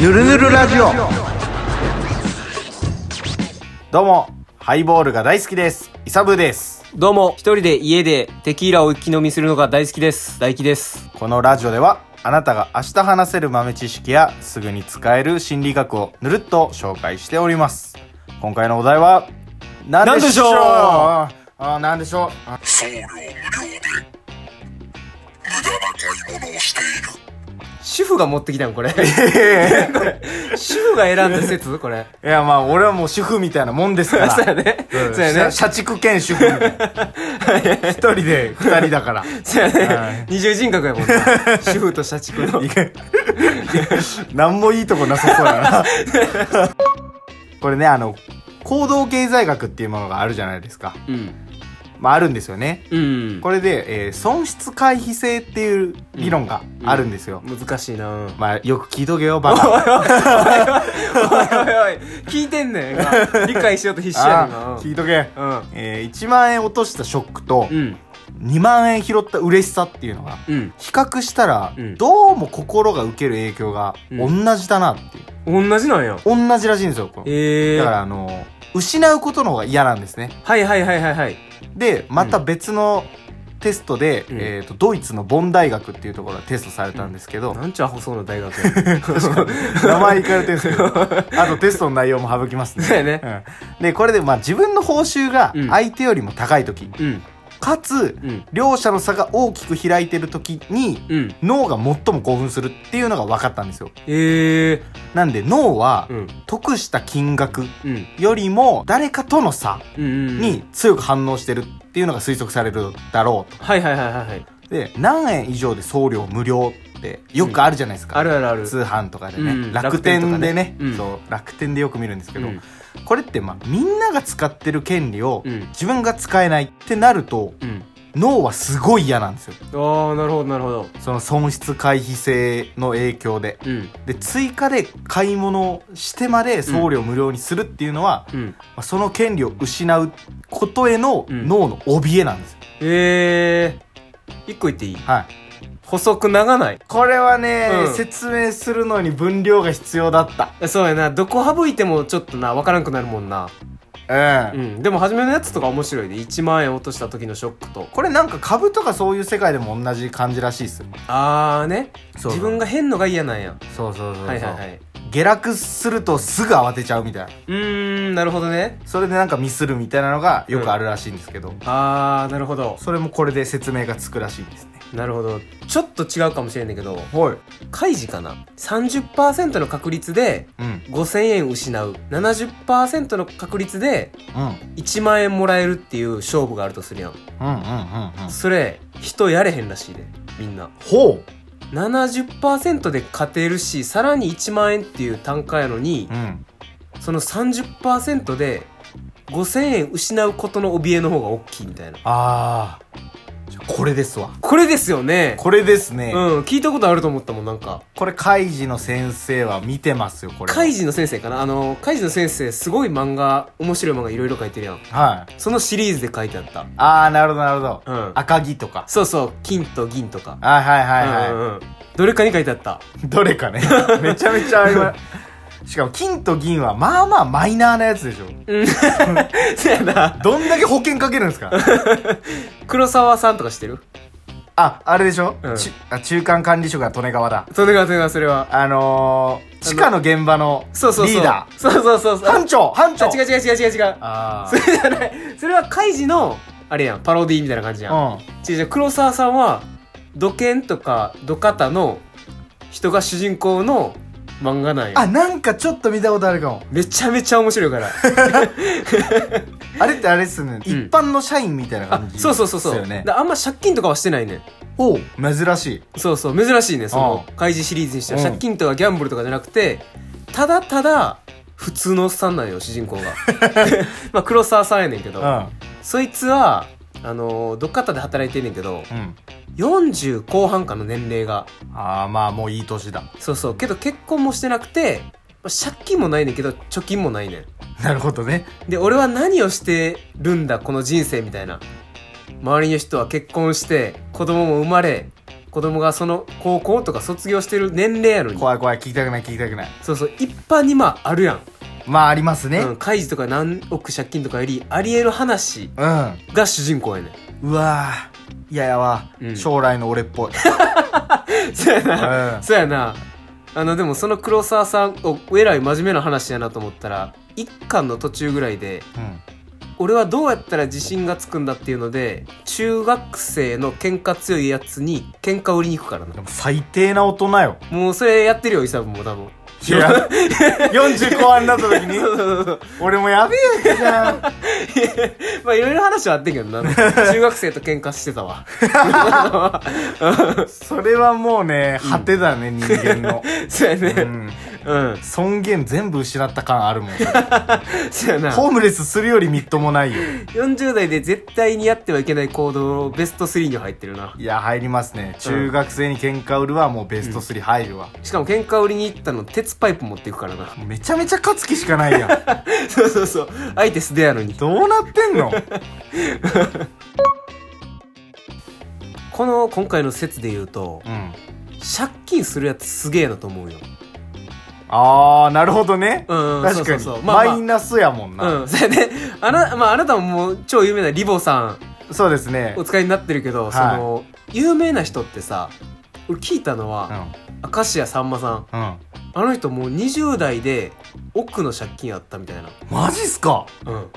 ぬるぬるラジオどうも、ハイボールが大好きです。イサブーです。どうも、一人で家でテキーラを一気飲みするのが大好きです。大輝です。このラジオでは、あなたが明日話せる豆知識や、すぐに使える心理学をぬるっと紹介しております。今回のお題は、なんでしょうなあ、なんでしょうあ送料無料で無駄な買い物をしている主婦が持ってきたんこ れ。主婦が選んだ説これ。いや、まあ、俺はもう主婦みたいなもんですから。そうやね。うん。そうやね。社社畜兼主婦みたいな。一人で二人だから。そうやはいね。二重人格やも んな。主婦と社畜の。 なんもいいとこなさそうやな。 これね、あの、行動経済学っていうものがあるじゃないですか。うん。まあ、あるんですよね。うん。これで、えー損失回避性っていう理論があるんですよ。難しいなおいまあ、よく聞いとけよ、バカ。 おいおい。聞いてんねん。今理解しようと必死やねんあ今ー聞いとけ。うえー1万円落としたショックと、ん。うん。 2万円拾った嬉しさっていうのが、うん。比較したらう、んどうも心が受ける影響が同うんじだなっていう。同じなんや。同じらしいんですよ、このええだから、あの、失うことの方が嫌なんですね。はいはいはいはいはい。でまた別のテストで、うんえー、とドイツのボン大学っていうところがテストされたんですけど、なんちゃアホそうな大学 や。名前いかれてるんですけ どあとテストの内容も省きますねそうやねうんでこれで、まあ、自分の報酬がうん相手よりも高い時、うん。かつ、うん。両者の差が大きく開いてる時にうん。脳が最も興奮するっていうのが分かったんですよええなんで脳は、うん。得した金額うん。よりも誰かとの差うん。に強く反応してるっていうのが推測されるだろうとはいはいはいはいはい。で何円以上で送料無料ってよくあるじゃないですか、あるあるある。通販とかでね、うん楽天でね楽天とかねうんそう楽天でよく見るんですけど、うんこれってまあみんなが使ってる権利をうん。自分が使えないってなるとうん。脳はすごい嫌なんですよああ、なるほどなるほど。その損失回避性の影響でうん。で追加で買い物をしてまで送料無料にするっていうのは、うん。まあその権利を失うことへのうん脳の怯えなんですよ、ええー。一個言っていいはい細く長ない。これはね、うん説明するのに分量が必要だったそうやな。どこ省いてもちょっとな、わからんくなるもんな。う、うんん。でも、初めのやつとか面白いで、1万円落とした時のショックと。これなんか株とかそういう世界でも同じ感じらしいっすよあーね。そう自分が変のが嫌なんや。そうそうそうそうはいはいはい。下落するとすぐ慌てちゃうみたいなうーん、なるほどね。それでなんかミスるみたいなのがよくあるらしいんですけど、あー、なるほど。それもこれで説明がつくらしいですねなるほど。ちょっと違うかもしれんねんけど、はい開示かな ?30% の確率でうん5000円失う70%の確率でうん1万円もらえるっていう勝負があるとするやんうんうんうんうんそれ人やれへんらしいでみんなほ70%で勝てるしさらに1万円っていう単価やのにううんその30%で5000円失うことの怯えの方が大きいみたいなあーじゃあこれですわこれですよねこれですね、うん聞いたことあると思ったもんなんかこれ開示の先生は見てますよこれはカイジの先生かなあのカイジの先生すごい漫画面白い漫画いろいろ書いてるやんはいそのシリーズで書いてあったああなるほどなるほど、うん赤木とかそうそう金と銀とかあはいはいはい、うんうんうんどれかに書いてあったどれかねめちゃめちゃあり ますしかも金と銀はまあまあマイナーなやつでしょ そやなどんだけ保険かけるんです か黒沢さんとか知ってるああれでしょ、うんちあ中間管理職が利根川だ利根川利根川それはあのー、地下の現場のリそうそうそうーダそうそうそうーそう班長班長あ違う違う違う違う違うあそれじゃないそれはカイジのあれやんパロディみたいな感じやん、あ違う違う黒沢さんは土建とか土方の人が主人公の漫画なんうんあやなんかちょっと見たことあるかもめちゃめちゃ面白いからあれってあれっすね、一般の社員みたいな あ感じそうそうそうそう、ですよねだからあんま借金とかはしてないねんおう珍しいそうそう珍しいねそのう開示シリーズにしてはうん借金とかギャンブルとかじゃなくてただただ普通のおっさんなんよ主人 公が まあ黒沢さんやねんけうど、んうんそいつはあのーどっかたで働いてんねんけど40後半かの年齢がああまあもういい年だそうそうけど結婚もしてなくてまあ借金もないねんけど貯金もないねんなるほどねで俺は何をしてるんだこの人生みたいな周りの人は結婚して子供も生まれ子供がその高校とか卒業してる年齢やのに怖い怖い聞きたくない聞きたくないそうそう一般にまああるやん、まあありますねううんん、開示とか何億借金とかよりありえる話が主人公やねうわーいややわ、うん将来の俺っ ぽい、ん そうやうん、なあそうやなあのでもその黒沢さんおえらい真面目な話やなと思ったら一巻の途中ぐらいで俺はどうやったら自信がつくんだっていうので中学生の喧嘩強いやつに喧嘩売りに行くからなでも最低な大人よもうそれやってるよイサブも多分 いや40後半になった時にそうそうそう俺もやべえやつじゃんまあいろいろ話はあってんけどな中学生と喧嘩してたわ それはもうね果てだね、人間 の、そうやうねん、うん尊厳全部失った感あ るもんそうやなホームレスするよりみっともないよ40代で絶対にやってはいけない行動ベスト3に入ってるないや入りますね中学生に喧嘩売るはもうベスト3入るわ、しかも喧嘩売りに行ったの鉄パイプ持っていくからなめちゃめちゃ勝つ気しかないやんそうそうそう相手素手やのにどうなってんのこの今回の説で言うとうん借金するやつすげえなと思うよあーなるほどね、うん確かにそうそうそうまあまあマイナスやもんな、うん、それで、あな、まあ、あなたももう超有名なリボさんそうですねお使いになってるけど、いその、有名な人ってさ、俺聞いたのうは、ん明石家さんまさん。うんあの人もう20代で奥の借金あったみたいな。マジっすかうん。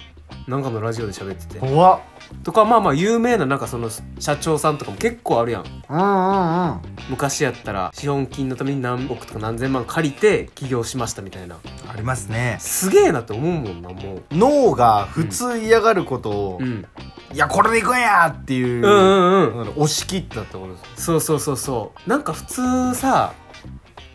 なんかのラジオで喋ってて。怖っとか、まあまあ有名ななんかその社長さんとかも結構あるやん。うんうんうん昔やったら資本金のために何億とか何千万借りて起業しましたみたいな。ありますねすげえなって思うもんな、もう。脳が普通嫌がることを、うん。いやこれでいくんやっていう、うんうんうん。なんだろう押し切ったってことですそうそうそうそうなんか普通さ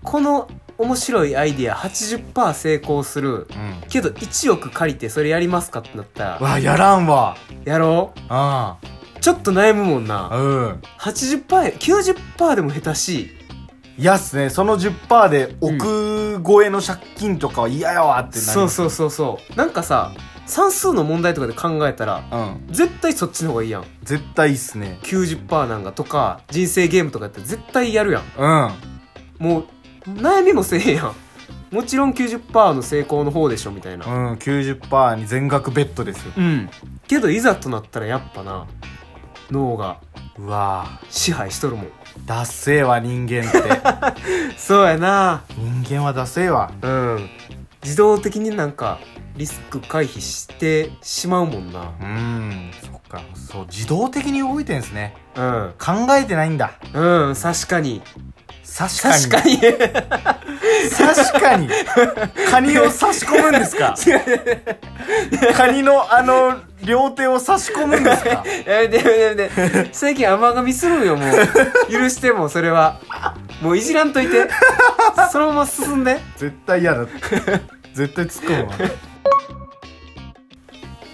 この面白いアイディア80%成功するうんけど1億借りてそれやりますかってなったらわやらんわやろうあちょっと悩むもんなうん 80%90% でも下手しいいやっすねその10%で億超えの借金とかは嫌やわってなりそうそうそうそうなんかさ算数の問題とかで考えたらううん絶対そっちの方がいいやん絶対いいっすね90%なんかとか人生ゲームとかやって絶対やるやんうんもう悩みもせえへんやんもちろん90%の成功の方でしょみたいなうん90%に全額ベッドですようんけどいざとなったらやっぱな脳がうわ支配しとるもんーダッセーわ人間 ってそうやな人間はダッセーわうん自動的になんかリスク回避してしまうもんなうんそっかそう自動的に動いてんすねう考えてないんだんうん確かに確かに確かに確かに カニを差し込むんですかカニのあの両手を差し込むんです かやめてやめてやめて最近甘噛みするんよもう許してもうそれはもういじらんといてそのまま進んで絶対嫌だ絶対突っ込むわ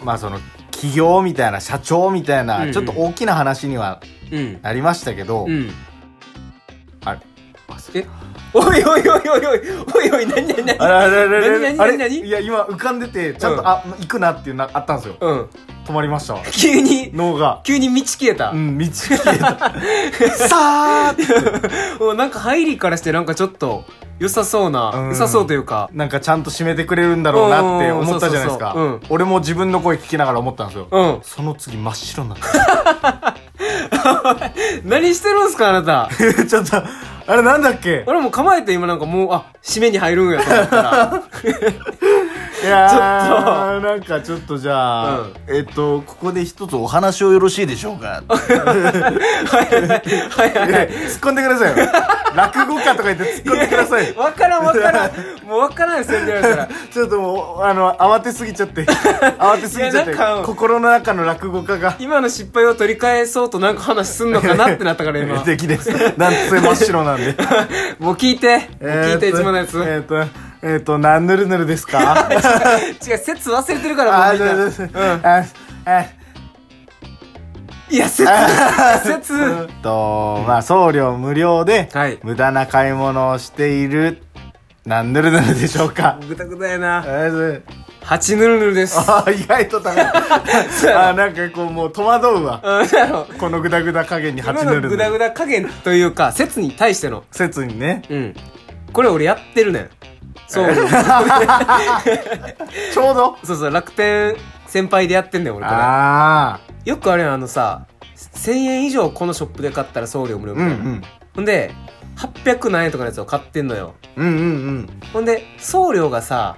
まあその企業みたいな社長みたいな、うんうんちょっと大きな話にはうんなりましたけど、うんあれえおいおいおいおいおいおいおい何何何あれあれあれあれ何何あれ何何いや今浮かんでてちゃんと、うんあ行くなっていうのあったんですようん止まりましたわ急に脳が急に道消えた、うん道消え たさあうんなんか入りからしてなんかちょっと良さそうな、うん良さそうというかなんかちゃんと締めてくれるんだろうなって思ったじゃないですか、うんうんうんそうそうそう俺も自分の声聞きながら思ったんですよ、うんその次真っ白になった何してるんすかあなたちょっと あれなんだっけ俺もう構えて今なんかもうあ締めに入るんやと思ったらいやーなんかちょっとじゃあ、うんえっとここで一つお話をよろしいでしょうか突っはいはいはい込んでくださいよ落語家とか言って突っ込んでくださいよ分からん分からんもう分からんですよって言われたらちょっともうあの慌てすぎちゃって慌てすぎちゃっいやなんてか心の中の落語家が今の失敗を取り返そうとなんか話すんのかなってなったから今敵 ですなんつう真っ白なんでもう聞いて、もう聞いていつものやつ、えっとえっとえっと何ぬるぬるですか違う説忘れてるからもあうーみんそうなそうそうああい や説説とまあ送料無料ではい無駄な買い物をしているなんぬるぬるでしょうかぐたぐたやなえー8ヌルヌルです ああ意外と高いあーなんかこうもう戸惑うわうんあのこのグダグダ加減に今8塗のるグダグダ加減というか説に対しての説にねうんこれ俺やってるねんそうちょうど そうそう楽天先輩でやってんだよ俺これああよくあれやんあのさ1000円以上このショップで買ったら送料無料みうんたいうな、んほんで800何円とかのやつを買ってんのようんうんうんほんで送料がさ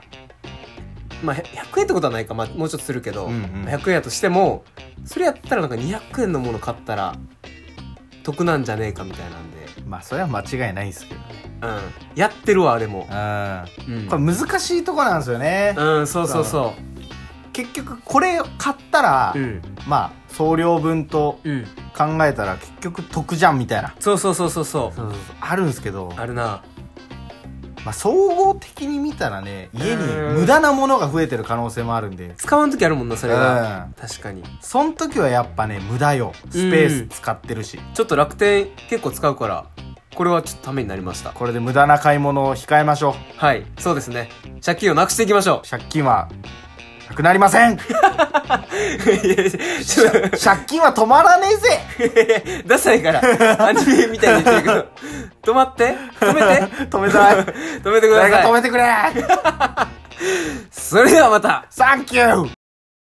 まあへ100円ってことはないか、まあ、もうちょっとするけど、うんうん100円やとしてもそれやったらなんか200円のもの買ったら得なんじゃねえかみたいなんで、まあそれは間違いないですけどねうん、やってるわあれも、ううんんこれ難しいとこなんですよねうん、そうそうそ結局これを買ったらううん、まあ送料分とうん、考えたら結局得じゃんみたいなそうそうそうそうそうあるんですけどあるなまあ総合的に見たらね家にうん無駄なものが増えてる可能性もあるんで使わん時あるもんなそれが、うん確かにそん時はやっぱね無駄よスペース使ってるし、ちょっと楽天結構使うからこれはちょっとためになりましたこれで無駄な買い物を控えましょはいそうですね借金をなくしていきましょう借金はなくなりませんういやいやちょ っと借金は止まらねえぜ ダサいから、アニメみたいに言ってるけど、止まって、止めて、 止めたい止めてくだ誰か止さい。めてくれそれではまたサンキュー